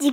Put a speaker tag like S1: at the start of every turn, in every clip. S1: 自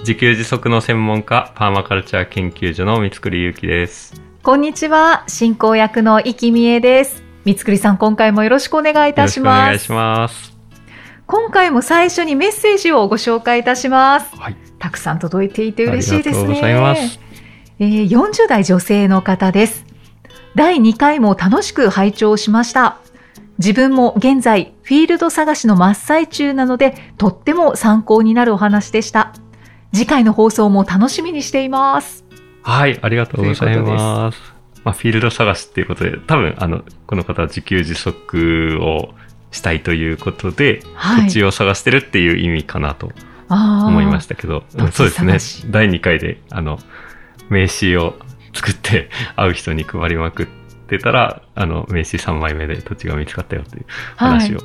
S2: 自給自足の専門家、パーマカルチャー研究所の三栗ゆうきです。
S3: こんにちは進行役の生きみえです三つくりさん今回もよろしくお願いい
S2: よ
S3: た
S2: ろし
S3: し
S2: くお
S3: ま
S2: 願い
S3: す
S2: します。
S3: 今回も最初にメッセージをご紹介いたします、
S2: はい
S3: たくさん届いていて嬉しいですね
S2: ありがとうございます
S3: えー40代女性の方です第2回も楽しく拝聴しました自分も現在フィールド探しの真っ最中なのでとっても参考になるお話でした次回の放送も楽しみにしています
S2: はい、ありがとうございます。まあ、フィールド探しっていうことで、多分、あの、この方は自給自足をしたいということで、
S3: はい
S2: 土地を探してるっていう意味かなと
S3: 思
S2: 思いましたたけど、
S3: ー
S2: うんそう
S3: 土
S2: です
S3: 地探
S2: ね
S3: し。
S2: 第2回で、あの、名刺を作って、会う人に配りまくってたら、あの、名刺3枚目で土地が見つかったよっていう話を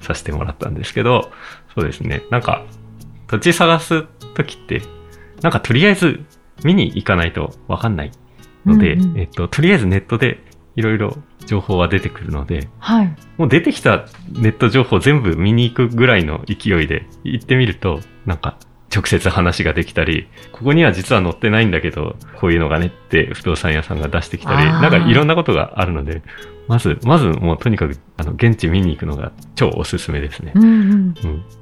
S2: させてもらったんですけど、そうですね。なんか、土地探すときって、なんかとりあえず見に行かないとわかんないので、
S3: うんうん
S2: えっと、とりあえずネットでいろいろ情報は出てくるので、
S3: はい、はい
S2: もう出てきたネット情報全部見に行くぐらいの勢いで行ってみると、なんか直接話ができたり、ここには実は載ってないんだけど、こういうのがねって不動産屋さんが出してきたり、
S3: あー
S2: なんかいろんなことがあるので、まず、まずもうとにかく、あの、現地見に行くのが超おすすめですね
S3: う。んうん
S2: うん。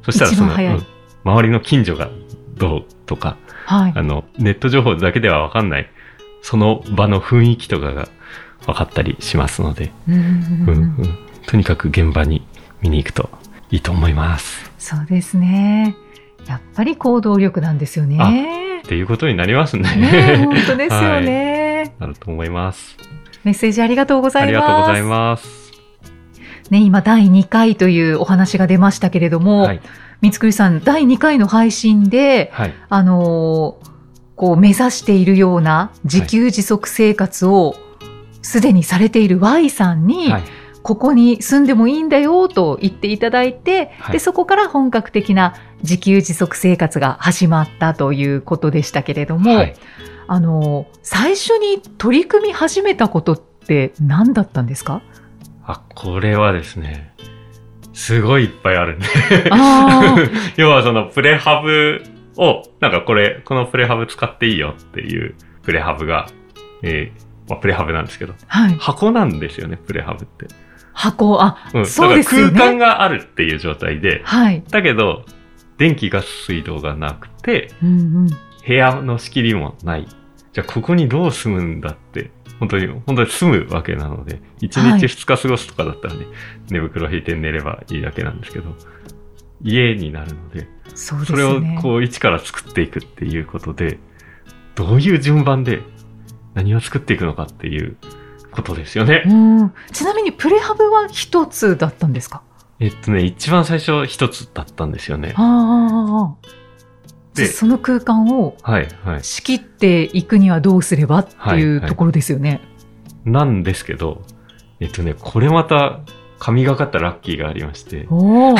S2: そしたらそ
S3: 一番
S2: の、
S3: 早い
S2: うん周りの近所がどうとか、
S3: はい
S2: あの、ネット情報だけではわかんない、その場の雰囲気とかが分かったりしますので、
S3: うんうんう
S2: う
S3: んん
S2: う
S3: うん
S2: ん、とにかく現場に見に行くといいと思います。
S3: そうですね。やっぱり行動力なんですよね。
S2: あ
S3: ね
S2: っていうことになります
S3: え、
S2: ね。
S3: 本当ですよね。
S2: なると思います。
S3: メッセージありがとうござ
S2: あ
S3: い
S2: り
S3: ます。
S2: がとうございます。
S3: ね、今第2回というお話が出ましたけれども、
S2: はい。
S3: 三つくりさん、第2回の配信で、
S2: はい。
S3: あのーこう目指しているような自給自足生活をすでにされている Y さんに、
S2: はい。
S3: ここに住んでもいいんだよと言っていただいて、
S2: はい
S3: でそこから本格的な自給自足生活が始まったということでしたけれども、
S2: はい
S3: あの最初に取り組み始めたことって何だったんですか
S2: あ、これはですね、すごいいっぱいあるね。
S3: あー
S2: 要はそのプレハブを、なんかこれ、このプレハブ使っていいよっていうプレハブが、えーまあ、プレハブなんですけど、
S3: はい、
S2: 箱なんですよね、プレハブって。
S3: 箱あ、
S2: うん。
S3: そうですよ
S2: だから空
S3: ね。
S2: 間があるっていう状態で、
S3: はい、
S2: だけど、電気、ガス、水道がなくて、
S3: うんうん、
S2: 部屋の仕切りもない。じゃあ、ここにどう住むんだって、本当に、本当に住むわけなので、1
S3: はい
S2: 日2日過ごすとかだったらね、寝袋引いて寝ればいいだけなんですけど、家になるので、
S3: そうで
S2: それ
S3: す
S2: を
S3: ね。
S2: こう、一から作っていくっていうことで、どういう順番で何を作っていくのかっていうことですよね。
S3: うん、ちなみにプレハブは一つだったんですか。
S2: えっとね、一番最初一つだったんですよね
S3: あ。あああ
S2: で
S3: その空間を
S2: はい、はい。
S3: 仕切っていくにはどうすればってい
S2: は
S3: う
S2: いはい
S3: ところですよね。
S2: なんですけど、えっとね、これまた神がかったラッキーがありまして、
S3: おお、
S2: あの、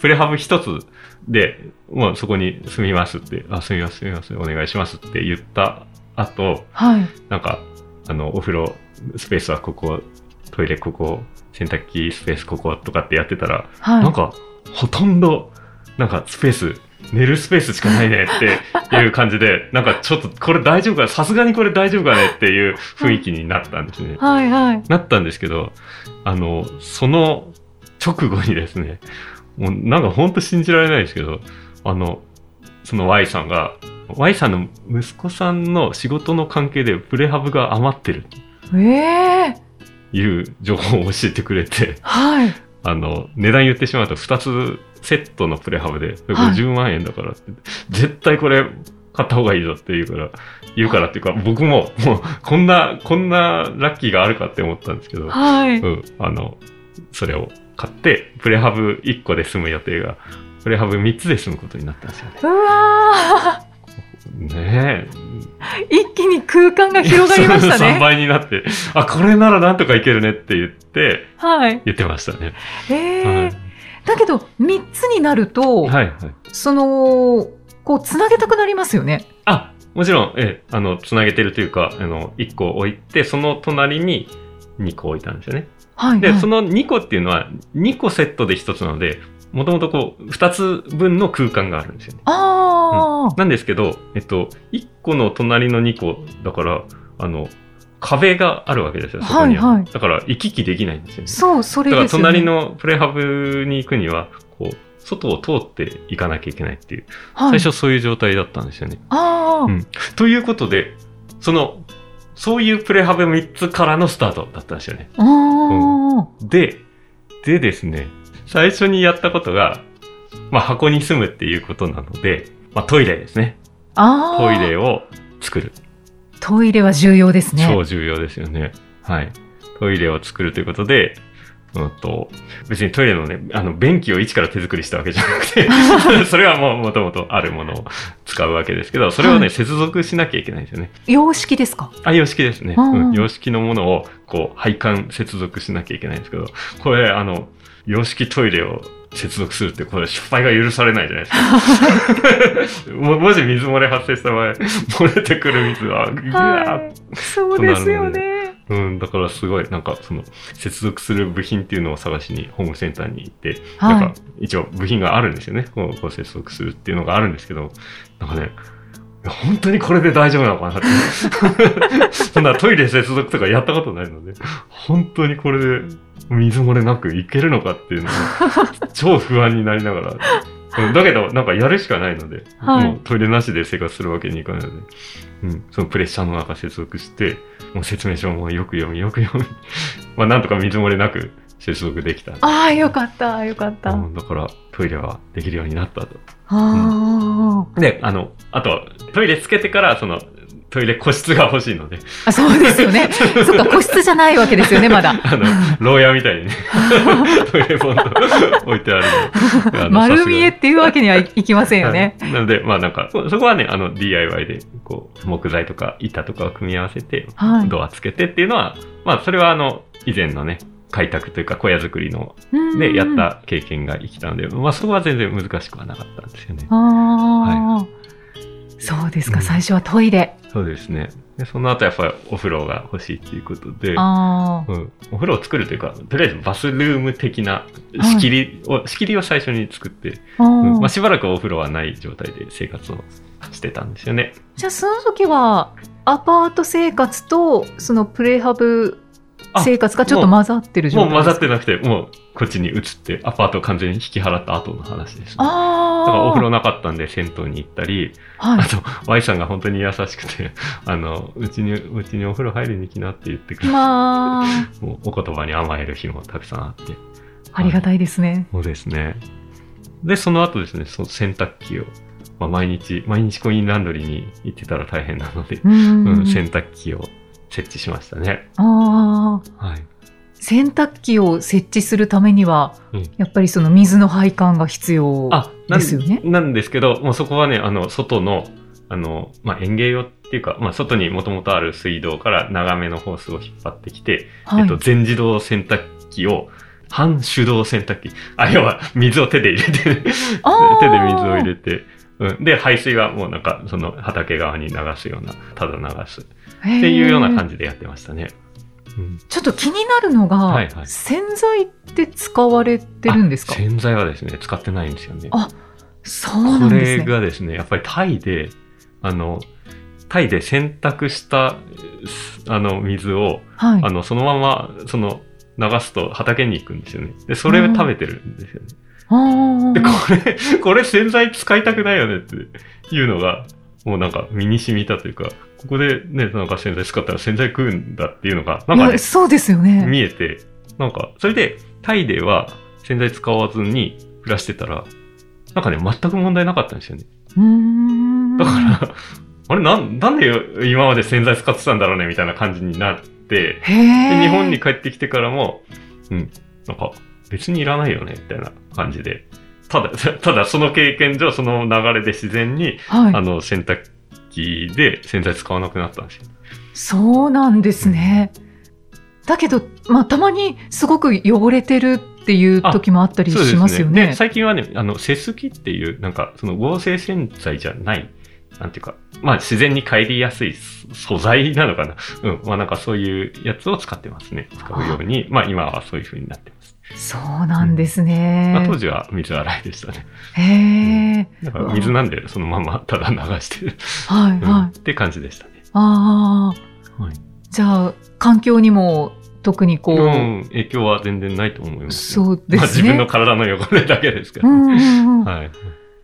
S2: プレハブ一つで、まあそこに住みますって、あ、住みます、住みます、お願いしますって言った後、
S3: はい。
S2: なんか、あの、お風呂スペースはここ、トイレここ、洗濯機スペースこことかってやってたら、
S3: はい。
S2: なんか、ほとんど、なんかスペース、寝るスペースしかないねっていう感じで、なんかちょっとこれ大丈夫かさすがにこれ大丈夫かねっていう雰囲気になったんですね。
S3: はいはい。
S2: なったんですけど、あの、その直後にですね、もうなんかほんと信じられないですけど、あの、その Y さんが、Y さんの息子さんの仕事の関係でプレハブが余ってる
S3: ええ
S2: という情報を教えてくれて、
S3: はい。
S2: あの、値段言ってしまうと2つセットのプレハブで
S3: はい
S2: 50万円だからって、絶対これ買った方がいいぞって言うから、言うからっていうか、僕ももうこんな、こんなラッキーがあるかって思ったんですけど、
S3: はい。
S2: うん、あの、それを買って、プレハブ1個で済む予定が、プレハブ3つで済むことになったんですよね。
S3: うわ
S2: ね
S3: 一気に空間が
S2: え。
S3: 広がりま した
S2: 3
S3: ね。
S2: 倍になって、あ、これならなんとかいけるねって言って、
S3: はい。
S2: 言ってましたね。
S3: え
S2: はい
S3: え。だけど、3つになると、
S2: はいはい。
S3: その、こう、つなげたくなりますよね。
S2: あ、もちろん、ええ、あの、つなげてるというか、あの、1個置いて、その隣に2個置いたんですよね。
S3: はい、
S2: で、
S3: はい
S2: その2個っていうのは、2個セットで1つなので、もともとこう、2つ分の空間があるんですよね。
S3: ああ、
S2: なんですけど、えっと、1個の隣の2個、だから、あの、壁があるわけですよ、そこには。
S3: はいはい
S2: だから、行き来できないんですよね。
S3: そう、それ
S2: だから、
S3: ですよ、ね。
S2: 隣のプレハブに行くには、こう、外を通って行かなきゃいけないっていう、
S3: はい、
S2: 最初そういう状態だったんですよね。
S3: ああ、
S2: うんということで、その、そういうプレハブ3つからのスタートだったんですよね。
S3: あ
S2: で、でですね、最初にやったことが、まあ、箱に住むっていうことなので、まあ、トイレですね。
S3: あ、ああ、
S2: トイレを作る。
S3: トイレは重要ですね。
S2: 超重要ですよね。はい。トイレを作るということで、うんと、別にトイレのね、あの、便器を一から手作りしたわけじゃなくて、 それはもう元々あるものを使うわけですけど、それをね、
S3: はい
S2: 接続しなきゃいけないんですよね。
S3: 様式ですか
S2: あ、様式ですね。
S3: うんうん
S2: うん様式のものを、こう、配管接続しなきゃいけないんですけど、これ、あの、様式トイレを接続するって、これ、失敗が許されないじゃないです か。ももし水漏れ発生した場合、漏れてくる水は、ぐわーっ
S3: い。そうですよね。
S2: うん、だからすごい、なんかその、接続する部品っていうのを探しにホームセンターに行って、
S3: はい
S2: なんか一応部品があるんですよね。こうこう接続するっていうのがあるんですけど、なんかね、いや本当にこれで大丈夫なのかな って。そんなトイレ接続とかやったことないので、本当にこれで水漏れなくいけるのかっていうのが、 超不安になりながら。うんだけど、なんかやるしかないので、
S3: はい
S2: もうトイレなしで生活するわけにいかないので、うん、そのプレッシャーの中接続して、もう説明書もよく読み、よく読み。まあ、なんとか水漏れなく接続できた。
S3: ああ、よかった、よかった。
S2: う
S3: あ
S2: んだから、トイレはできるようになったと。
S3: あ
S2: で、あの、あとは、トイレつけてから、その、トイレ個室が欲しいので、
S3: あ、そうですよ ね。そっか、個室じゃないわけですよね、まだ。
S2: あの、牢屋みたいにね、 トイレボンド置いてあるのであの
S3: 丸見え
S2: さ
S3: っていうわけにはいいきませ
S2: す
S3: んよ
S2: がに
S3: ね。
S2: はいなので、まあなんか、そそこはね、あの、DIY で、こう、木材とか板とかを組み合わせて、
S3: はい。
S2: ドアつけてっていうのは、まあそれはあの、以前のね、開拓というか小屋作りの
S3: うん
S2: でやっ。た経験が生きたので、まあそこは全然難しくはなかったんですよね。
S3: ああ、そうです
S2: う
S3: か、
S2: ん
S3: 最初はトイレ。
S2: そうですね。で、その後やっぱりお風呂が欲しいっていうことで、
S3: あ
S2: うん、お風呂を作るというか、とりあえずバスルーム的な仕切りを、仕切りを最初に作って、
S3: あ。
S2: うんま
S3: あ
S2: あ
S3: あ
S2: しばらくお風呂はない状態で生活をしてたんですよね。
S3: じゃあ、その時は、アパート生活と、そのプレハブ生活がちょっと混ざってる状
S2: も
S3: 態。
S2: う混ざっててなくて、もうこっちに移って、アパートを完全に引き払った後の話です、ね。だ
S3: ああ。
S2: からお風呂なかったんで銭湯に行ったり、
S3: は
S2: あ
S3: い。
S2: と、Y さんが本当に優しくて、 あの、うちに、うちにお風呂入りに来なって言ってくれて、
S3: まあ、
S2: もうお言葉に甘える日もたくさんあって。
S3: ありがたいですね。
S2: そうですね。で、その後ですね、その洗濯機を、まあ、毎日、毎日コインランドリーに行ってたら大変なので、
S3: う
S2: うん、
S3: ん。
S2: 洗濯機を設置しましたね。
S3: ああ。
S2: はい。
S3: 洗濯機を設置するためには、
S2: うん
S3: やっぱりその水の配管が必要
S2: あ、な
S3: で
S2: ん
S3: すよね。
S2: なんですけど、もうそこはね、あの、外の、あの、まあ、園芸用っていうか、まあ、外にもともとある水道から長めのホースを引っ張ってきて、
S3: はい、
S2: えっと、全自動洗濯機を、半手動洗濯機。あ、要は、水を手で入れて、手で水を
S3: あー
S2: 入れて、うん、で、排水はもうなんか、その畑側に流すような、ただ流す。っ
S3: へー
S2: ていうような感じでやってましたね。うん、
S3: ちょっと気になるのが、
S2: はいはい
S3: 洗剤って使われてるんですか
S2: あ洗剤はですね、使ってないんですよね。
S3: あそうなん
S2: こ
S3: です
S2: れ
S3: ね。
S2: がですね、やっぱりタイで、あの、タイで洗濯した、すあの、水を、
S3: はい
S2: あ。の、そのまま、その、流すと畑に行くんですよね。で、それを食べてるんですよね。
S3: あ
S2: で、こ
S3: ー
S2: れ、 これ洗剤使いたくないよねっていうのが、もうなんか身に染みたというか、ここでね、なんか洗剤使ったら洗剤食うんだっていうのが、なんか
S3: いや
S2: ね、
S3: そうですよね。
S2: 見えて、なんか、それで、タイでは洗剤使わずに暮らしてたら、なんかね、全く問題なかったんですよね。
S3: うーん
S2: だから、あれ、なん、なんで今まで洗剤使ってたんだろうね、みたいな感じになって、
S3: へえ
S2: で、日本に帰ってきてからも、うん、なんか、別にいらないよね、みたいな感じ で。ただ、ただその経験上、その流れで自然に、
S3: はい、
S2: あの、洗濯期で洗剤使わなくなったんですよ。
S3: そうなんですね。だけど、まあ、たまにすごく汚れてるっていう時もあったり
S2: そうで
S3: しますよね。
S2: で最近はね、あの、セスキっていう、なんか、その合成洗剤じゃない、なんていうか、まあ自然に帰りやすい素素材なのかな。 うん。まあなんかそういうやつを使ってますね。使うように。まあ今はそういう風になってます。
S3: そうなんです
S2: まあ
S3: ね。
S2: 当時は水洗いでしたね。
S3: へえ、
S2: だから水なんでそのままただ流してる。
S3: はい
S2: うん
S3: は
S2: っ
S3: い。
S2: て感じでしたね。
S3: ああ、
S2: はい。
S3: じゃあ環境にも特にこう、
S2: うん。影響は全然ないと思いますよ。
S3: そうですね。
S2: まあ自分の体の汚れだけですか
S3: う
S2: ら。
S3: んうんうん
S2: はい。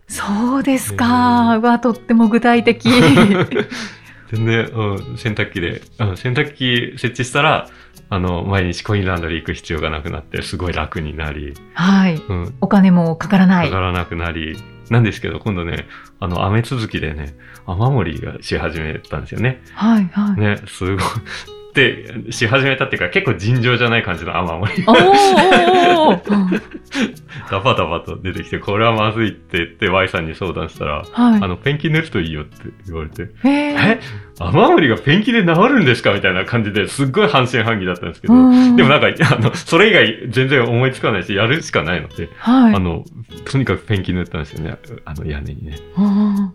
S3: そうですか。うわ、とっても具体 的。
S2: 全然、うん、洗濯機で、うん、洗濯機設置したら、あの、毎日コインランドリー行く必要がなくなって、すごい楽になり、
S3: はい。
S2: うん、
S3: お金もかからな
S2: か
S3: い。
S2: からなくなり、なんですけど、今度ね、あの、雨続きでね、雨漏りがし始めたんですよね。
S3: はいはい。
S2: ね、すごい。 で、し始めたっていうか、結構尋常じゃない感じの雨漏り。
S3: おーおーおーうん
S2: ダバダバと出てきて、これはまずいって言って、Y さんに相談したら、 あ
S3: は
S2: の、ペンキ塗るといいよって言われて、
S3: い。え
S2: え雨漏りがペンキで治るんですかみたいな感じですっごい半信半疑だったんですけど、
S3: うん
S2: でもなんか、あの、それ以外全然思いつかないし、やるしかないので、
S3: はい
S2: あ。の、とにかくペンキ塗ったんですよね、あの屋根にね。
S3: うん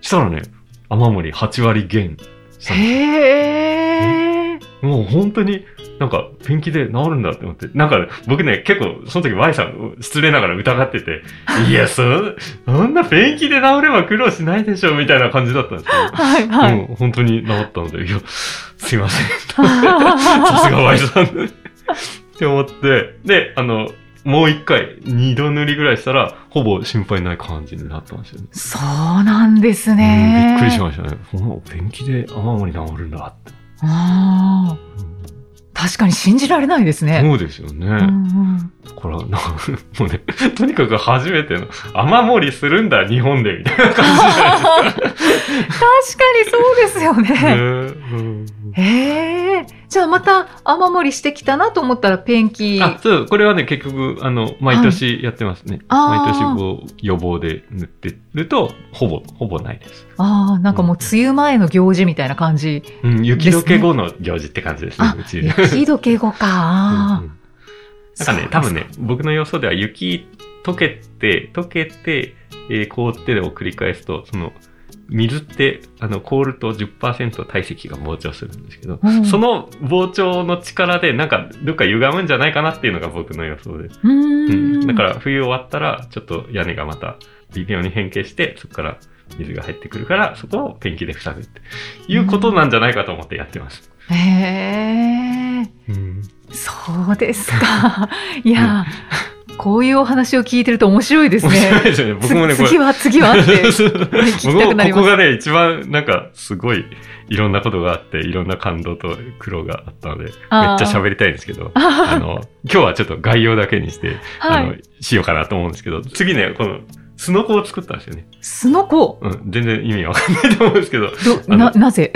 S2: したらね、雨漏り8割減したんで
S3: へえ。
S2: す。もう本当になんかペンキで治るんだって思って。なんか僕ね、結構その時 Y さん失礼ながら疑ってて、いや、そ、そんなペンキで治れば苦労しないでしょ、みたいな感じだったんですけど。
S3: はいは
S2: う
S3: い。
S2: ん、 本当に治ったので、いや、すいません。さすが Y さん。って思って、で、あの、もう一回、二度塗りぐらいしたら、ほぼ心配ない感じになったんですよね。
S3: そうなんです
S2: う
S3: ね
S2: ん。びっくりしましたね。このペンキで雨漏り治るんだって。
S3: あー確かに信じられないですね。
S2: そうですよね。
S3: うんうん
S2: これは、なんか、もうね、とにかく初めての、雨漏りするんだ、日本で、みたいな
S3: 確かにそうですよ
S2: ね。
S3: ね。
S2: うん
S3: へえ。じゃあまた雨漏りしてきたなと思ったらペンキ。
S2: あ、そう、これはね、結局、あの、毎年やってますね。
S3: あ
S2: 毎
S3: ー
S2: 年こう、予防で塗ってると、ほぼ、ほぼないです。
S3: ああ、なんかもう梅雨前の行事みたいな感じ。
S2: うん、雪解け後の行事って感じですね
S3: あ、
S2: うち。
S3: 雪解け後か。
S2: うんう
S3: あ
S2: んなんかね、多分ね、僕の予想では雪溶けて、溶けて、えー凍ってを繰り返すと、その、水って、あの、凍ると10%体積が膨張するんですけど、
S3: うん
S2: その膨張の力で、なんか、どっか歪むんじゃないかなっていうのが僕の予想です。
S3: う
S2: う
S3: ー
S2: ん
S3: ん。
S2: だから、冬終わったら、ちょっと屋根がまた微妙に変形して、そこから水が入ってくるから、そこをペンキで塞ぐっていうことなんじゃないかと思ってやってます。
S3: へえ。
S2: うん
S3: そうですか。いや、こういうお話を聞いてると面白いです
S2: 面白い
S3: ね。
S2: ですよね。僕もね、。
S3: つ次は次はって
S2: そう 僕
S3: 聞きたく
S2: も
S3: なり
S2: こ
S3: ます
S2: こがね、一番なんかすごいいろんなことがあって、いろんな感動と苦労があったので、めっち
S3: あー
S2: ゃ喋りたいんです けど、あの、今日はちょっと概要だけにして、
S3: は
S2: あの
S3: い。、
S2: しようかなと思うんですけど、次ね、この、スノコを作ったんですよね。
S3: すのこ。
S2: うん、全然意味わかんないと思うんですけど、
S3: ど、
S2: あの
S3: な、なぜ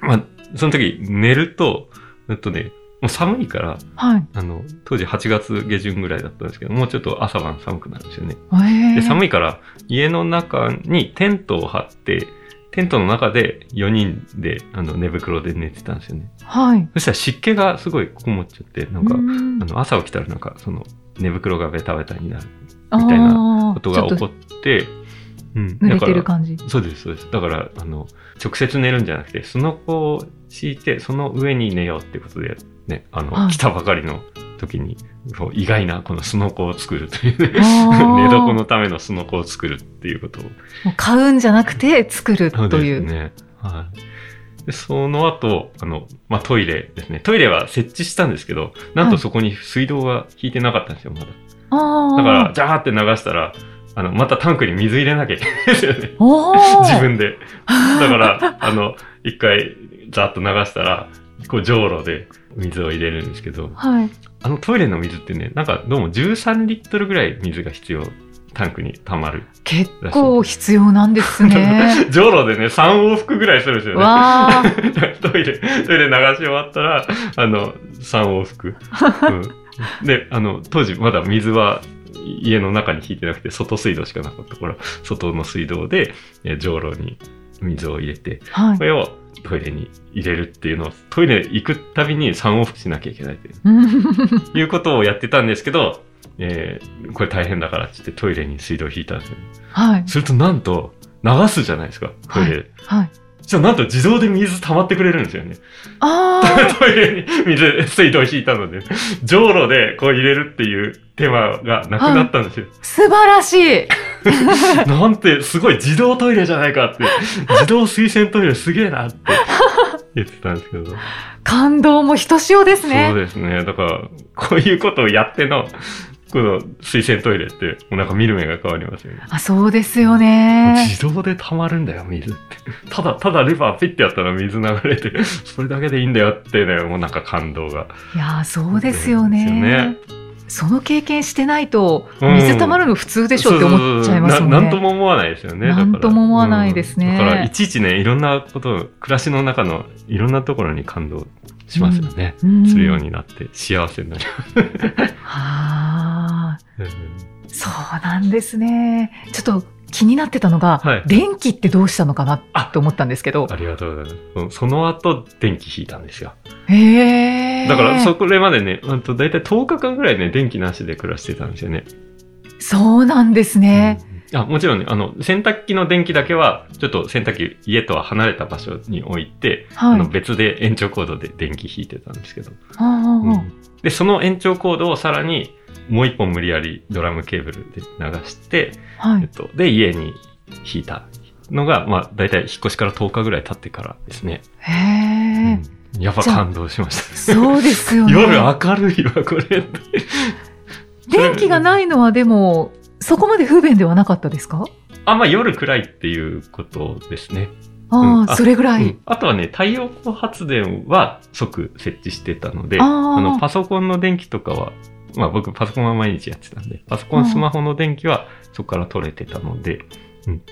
S2: まあ、その時寝ると、えっとね、もう寒いから、
S3: はい。
S2: あの、当時8月下旬ぐらいだったんですけど、もうちょっと朝晩寒くなるんですよね。
S3: え
S2: で、
S3: い。
S2: 寒いから、家の中にテントを張って、テントの中で4人で、あの、寝袋で寝てたんですよね。
S3: はい。
S2: そしたら湿気がすごいこもっちゃって、なんか、
S3: うん
S2: あの、朝起きたらなんか、その、寝袋がベタベタになる
S3: あー
S2: みたいなこと
S3: ち
S2: が
S3: ょ
S2: 起
S3: っ
S2: ことって、うん。
S3: 濡
S2: だ
S3: れ
S2: か
S3: てる
S2: ら、
S3: 感じ。
S2: そうです、そうです。だから、あの、直接寝るんじゃなくて、その子を敷いて、その上に寝ようってことで、ね、あの、
S3: はい
S2: 来たばかりの時に、こう意外なこのスノコを作るというね。 寝
S3: 寝
S2: 床のためのすのこを作るっていうことを。
S3: 買うんじゃなくて作るという。
S2: ね。はい。で、その後、あの、まあ、トイレですね。トイレは設置したんですけど、なん
S3: は
S2: と
S3: い
S2: そこに水道が引いてなかったんですよ、まだ。
S3: ああ。
S2: だから、、ジャーって流したら、あの、またタンクに水入れなきゃいけないですよね。
S3: おお。
S2: 自分で。だから、あの、一回、ザーっと流したら、こう、じょうろで水を入れるんですけど、
S3: はい。
S2: あのトイレの水ってね、なんかどうも13リットルぐらい水が必要。タンクに溜まる。
S3: 結構必要なんです ね。
S2: じょうろでね、3往復ぐらいするんですよね。
S3: わあ。
S2: トイレ、トイレ流し終わったら、あの、3往復。うん、で、あの、当時まだ水は家の中に引いてなくて、外水道しかなかったから、外の水道で、えー、上路に水を入れて、
S3: はい
S2: こ。れをトイレに入れるっていうのを、トイレ行くたびに3往復しなきゃいけないっていう
S3: うん
S2: いうことをやってたんですけど、えーこれ大変だからって言ってトイレに水道を引いたんですよね。
S3: はい。
S2: するとなんと、流すじゃないですか、トイレで。
S3: はい。
S2: じゃあなんと自動で水溜まってくれるんですよね。
S3: ああ。
S2: トイレに水、水道を引いたので、じょうろでこう入れるっていう手間がなくなったんですよ。
S3: 素晴らしい。
S2: なんて、すごい自動トイレじゃないかって、自動水洗トイレすげえなって言ってたんですけど。
S3: 感動もひとしおですね。
S2: そうですね。だから、こういうことをやっての、この水洗トイレって、もうなんか見る目が変わりますよね。
S3: あ、そうですよね。
S2: 自動で溜まるんだよ、水って。ただ、ただレバーピッてやったら水流れて、それだけでいいんだよってね、もうなんか感動が。
S3: いやー、そうですよね。その経験してないと、
S2: うん
S3: 水たまるの普通でしょって思っちゃいますもんね。
S2: そうそうそうななんとも思わないですよね。だから
S3: なんとも思わないですね
S2: うんだから、いちいちね、いろんなことを、暮らしの中のいろんなところに感動しますよね。
S3: うん
S2: するようになって、幸せになりま
S3: ああ、
S2: す。
S3: そうなんですね。ちょっと気になってたのが、
S2: はい
S3: 電気ってどうしたのかな
S2: あ
S3: と思ったんですけど。
S2: ありがとうございます。その後、電気引いたんですよ。
S3: へえ。
S2: だから、そ
S3: そ、
S2: これまでね、うんと、だいたい10日間ぐらいね、電気なしで暮らしてたんですよね。
S3: うなんですね。
S2: うんあもちろんね、あの、洗濯機の電気だけは、ちょっと洗濯機、家とは離れた場所に置いて、あ
S3: はい。
S2: の別で延長コードで電気引いてたんですけど。
S3: あー
S2: うんで、その延長コードをさらに、もう一本無理やりドラムケーブルで流して、
S3: は
S2: えっ
S3: い。
S2: と、で、家に引いたのが、まあ、だいたい引っ越しから10日ぐらい経ってからですね。
S3: へえ。
S2: うんやっぱ感動しました。
S3: そうですよね。
S2: 夜明るいわ、これ。
S3: 電気がないのはでも、そこまで不便ではなかったですか
S2: あんま夜暗いっていうことですね。
S3: ああ、
S2: うんあ
S3: それぐらい。
S2: うんあとはね、太陽光発電は即設置してたので、
S3: あ
S2: あ
S3: ー
S2: の、パソコンの電気とかは、まあ僕パソコンは毎日やってたんで、パソコ
S3: う
S2: ン、
S3: ん
S2: スマホの電気はそこから取れてたので、うん。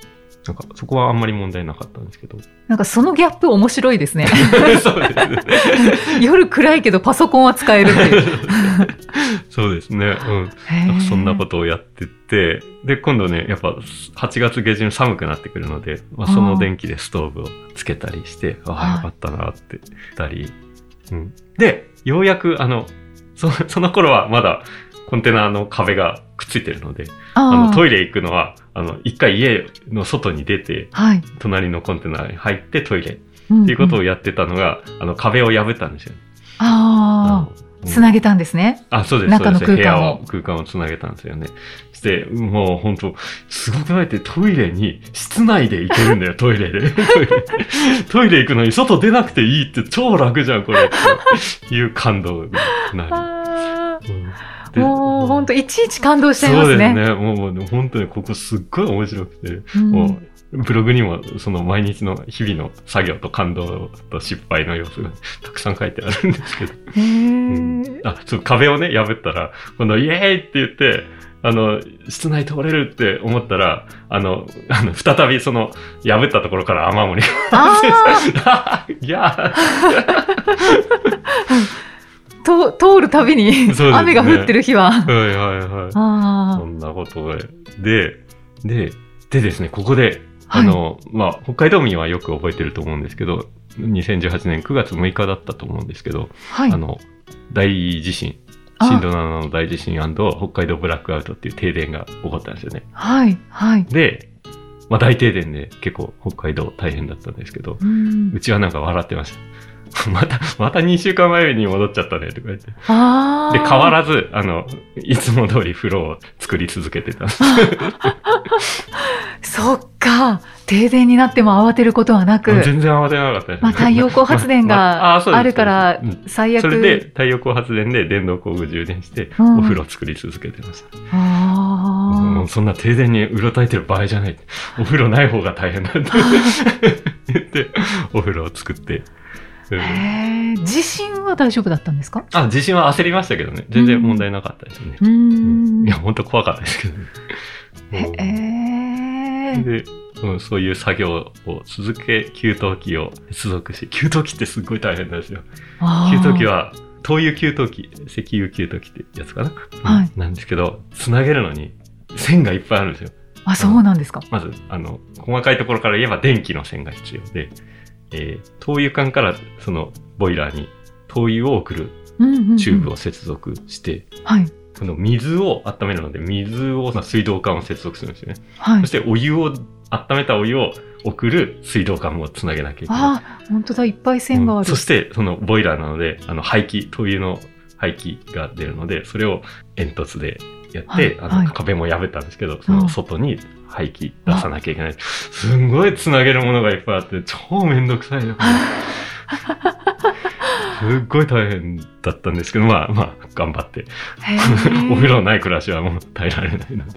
S2: なんかそこはあんまり問題なかったんです けど。
S3: なんかそのギャップ面白いですね。
S2: そうです ね。
S3: 夜暗いけどパソコンは使えるって いう。
S2: そうですね。うん。なんかそんなことをやってて、で、今度ね、やっぱ8月下旬寒くなってくるので、まあ、
S3: あー
S2: その電気でストーブをつけたりして、あ
S3: はい
S2: あ、よかったなってたり、うん。で、ようやく、あの、そ その頃はまだコンテナの壁がくっついてるので、あ
S3: あ
S2: の
S3: あ
S2: トイレ行くのは、あの、一回家の外に出て、
S3: はい。
S2: 隣のコンテナに入ってトイレっ
S3: って
S2: いうことを
S3: あ
S2: やってたのが、あの、壁を破ったんですよ。
S3: あ
S2: う
S3: ー、
S2: ん
S3: つなげたんですね。
S2: あ、そうです。
S3: 中の
S2: そうです
S3: 空間を
S2: 部屋を、空間をつなげたんですよね。して、もう本当すごくないってトイレに、室内で行けるん だよ、トイレで。 トイレトイレ行くのに外出なくていいって超楽じゃん、これ。っていう感動にな
S3: あ
S2: り。うん
S3: あ、
S2: で
S3: もう本当いちいち感動しちゃい
S2: そ
S3: ま
S2: うです
S3: ね。
S2: すね。もうもう、本当にここすっごい面白くて、
S3: うん
S2: もう、ブログにもその毎日の日々の作業と感動と失敗の様子がたくさん書いてあるんですけど。
S3: へ
S2: うん
S3: え。
S2: あ、そう、壁をね、破ったら、このイエーイって言って、あの、室内通れるって思ったら、あの、あの再びその、破ったところから雨漏り
S3: あ
S2: が。 いや
S3: あ、と通るたびに
S2: そうですね
S3: 雨が降ってる日は
S2: ー。はいはいはい。
S3: あ
S2: そんなことで。で、で、でですね、ここで、
S3: はい
S2: あの、まあ、北海道民はよく覚えてると思うんですけど、2018年9月6日だったと思うんですけど、
S3: あ、はい
S2: あ。の、大地震、
S3: あ
S2: 震度7の大地震北海道ブラックアウトっていう停電が起こったんですよね。
S3: はい、はい。
S2: で、まあ、大停電で結構北海道大変だったんですけど、
S3: うん
S2: うちはなんか笑ってました。 また、また2週間前に戻っちゃったねとか言って。で、
S3: ああ。
S2: 変わらず、あの、いつも通り風呂を作り続けてた。
S3: そっか。停電になっても慌てることはなく。
S2: 全然慌てなかったです
S3: まあ、太陽光発電
S2: ま
S3: が
S2: そうです
S3: あるから
S2: そうですうん
S3: 最悪。
S2: それで太陽光発電で電動工具充電して、
S3: うん
S2: お風呂作り続けてました。も
S3: あ
S2: うそんな停電にうろたえてる場合じゃない。お風呂ない方が大変だって 言って、お風呂を作って。うん
S3: あ。へえ。地震は大丈夫だったんですか
S2: あ、地震は焦りましたけどね。全然問題なかったですね。
S3: うー
S2: うん
S3: ん
S2: いや、。本当怖かったですけどね。
S3: ええ。
S2: で、うん、そういう作業を続け、給湯器を接続し、給湯器ってすっごい大変なんですよ。
S3: あ
S2: 給
S3: ー
S2: 湯器は、灯油給湯器、石油給湯器ってやつかな、
S3: はい
S2: うんなんですけど、つなげるのに線がいっぱいあるんですよ。
S3: あ、そうなんですか。
S2: まず、あの、細かいところから言えば電気の線が必要で、えー灯油管からそのボイラーに灯油を送る
S3: うんうん、うん。
S2: チューブを接続して、
S3: はい。
S2: その水を温めるので、水をさ水道管を接続するんですよね。
S3: はい
S2: そし。てお湯を、温めたお湯を送る水道管もつなげなきゃいけない。
S3: ああ、本当だ。いっぱい線があ
S2: うん
S3: る。
S2: そして、そのボイラーなので、あの排気、灯油の排気が出るので、それを煙突でやって、
S3: はい
S2: あの
S3: はい
S2: 壁も破ったんですけど、そうの
S3: ん
S2: 外に排気出さなきゃいけない。すんごいつなげるものがいっぱいあって、超めんどくさ いよ。これすっごい大変だったんですけど、まあまあ、頑張って。
S3: へ
S2: お風
S3: え。
S2: 呂ない暮らしはもう耐えられないので。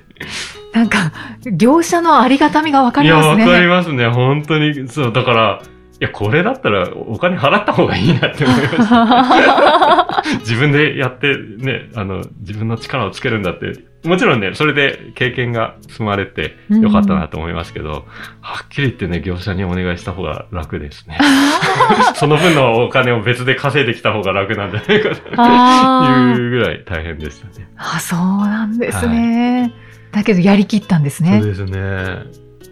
S3: なんか、業者のありがたみがわかりますね。
S2: いや、わかりますね。本当に。そう、だから、いや、これだったらお金払った方がいいなって思いま した。自分でやって、ね、あの、自分の力をつけるんだって。もちろんね、それで経験が積まれてよかったなと思いますけど、はっきり言ってね、業者にお願いした方が楽ですね。 その分のお金を別で稼いできた方が楽なんじゃないかと
S3: あー
S2: いうぐらい大変でしたね。
S3: あ、そうなんですね。だけど、やりきったんですね
S2: そう。ですね。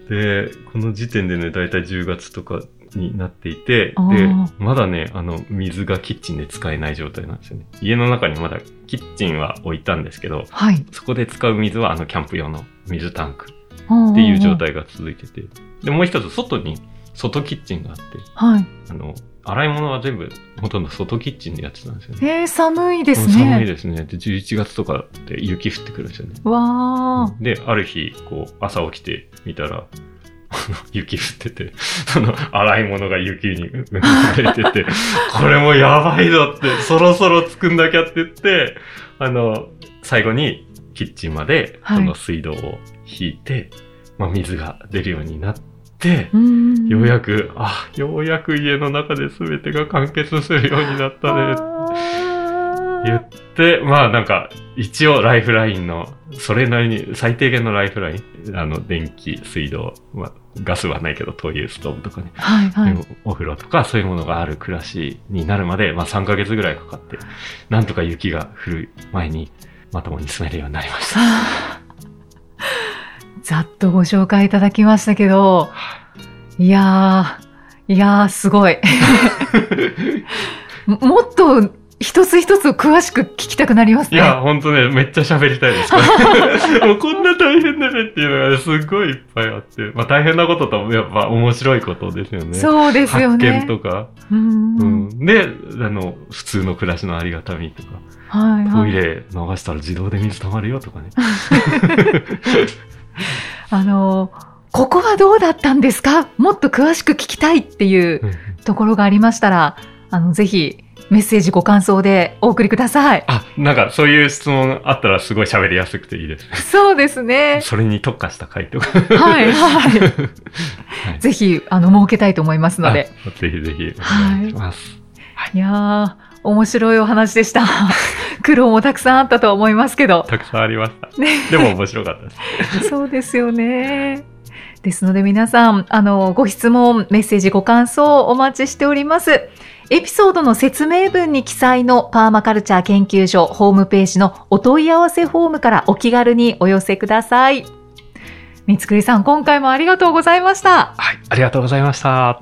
S2: で、この時点でね、だいたい10月とかになっていて、で
S3: あー、
S2: まだね、あの、水がキッチンで使えない状態なんですよね。家の中にまだキッチンは置いたんですけど、
S3: はい。
S2: そこで使う水はあの、キャンプ用の水タンク
S3: っ
S2: っていう状。態が続いてて、で、もう一つ外に、外キッチンがあって、
S3: はい。
S2: あの、洗い物は全部、ほとんど外キッチンでやってたんですよね。
S3: えー、寒いですね。
S2: 寒いですね。で、11月とかって雪降ってくるんですよね。
S3: わあ。
S2: で、ある日、こう、朝起きてみたら、 あの雪降ってて、その、洗い物が雪に埋め られてて、これもやばいぞって、そろそろ作んなきゃって言って、あの、最後にキッチンまで、
S3: はい
S2: その水道を引いて、まあ、水が出るようになって、よ
S3: よ
S2: うや
S3: く
S2: く、あ、ようやく家の中で全てが完結するようになったね言
S3: ね。
S2: って、まあなんか、一応ライフラインの、それなりに最低限のライフライン、あの、電気、水道、まあ、ガスはないけど、灯油、ストーブとかね、
S3: はいはい。
S2: でもお風呂とかそういうものがある暮らしになるまで、まあ3ヶ月ぐらいかかって、なんとか雪が降る前に、まともに住めるようになりました。
S3: ざっとご紹介いただきましたけど、いやー、いやー、すごい。 ももっと一つ一つ詳しく聞きたくなります
S2: い
S3: ね。
S2: や、ほんとね、めっちゃ喋りたい です。これもうこんな大変だねっていうのがね、すごいいっぱいあって、まあ大変なことと、やっぱ面白いことですよね。
S3: そうですよね。
S2: 発見とか。
S3: うん
S2: うん、で、あの、普通の暮らしのありがたみとか、
S3: はいはい
S2: トイレ流したら自動で水溜まるよとかね。
S3: あの、ここはどうだったんですかもっと詳しく聞きたいっていう
S2: うん
S3: ところがありましたら、あの、ぜひメッセージご感想でお送りくださ い。
S2: あ、なんかそういう質問あったらすごい喋りやすくていいです。
S3: そうですね。
S2: それに特化した回とか。
S3: はい、はい。
S2: はい
S3: ぜひ、あの、設けたいと思いますので。
S2: あぜひぜひお願いします。
S3: いやー、面白いお話でした。 苦労もたくさんあったと思いますけど。
S2: たくさんありました。
S3: ね、
S2: でも面白かったです。
S3: そうですよね。ですので皆さん、あの、ご質問、メッセージ、ご感想お待ちしております。エピソードの説明文に記載のパーマカルチャー研究所ホームページのお問い合わせフォームからお気軽にお寄せください。三つくりさん、今回もありがとうございました。
S2: はい、ありがとうございました。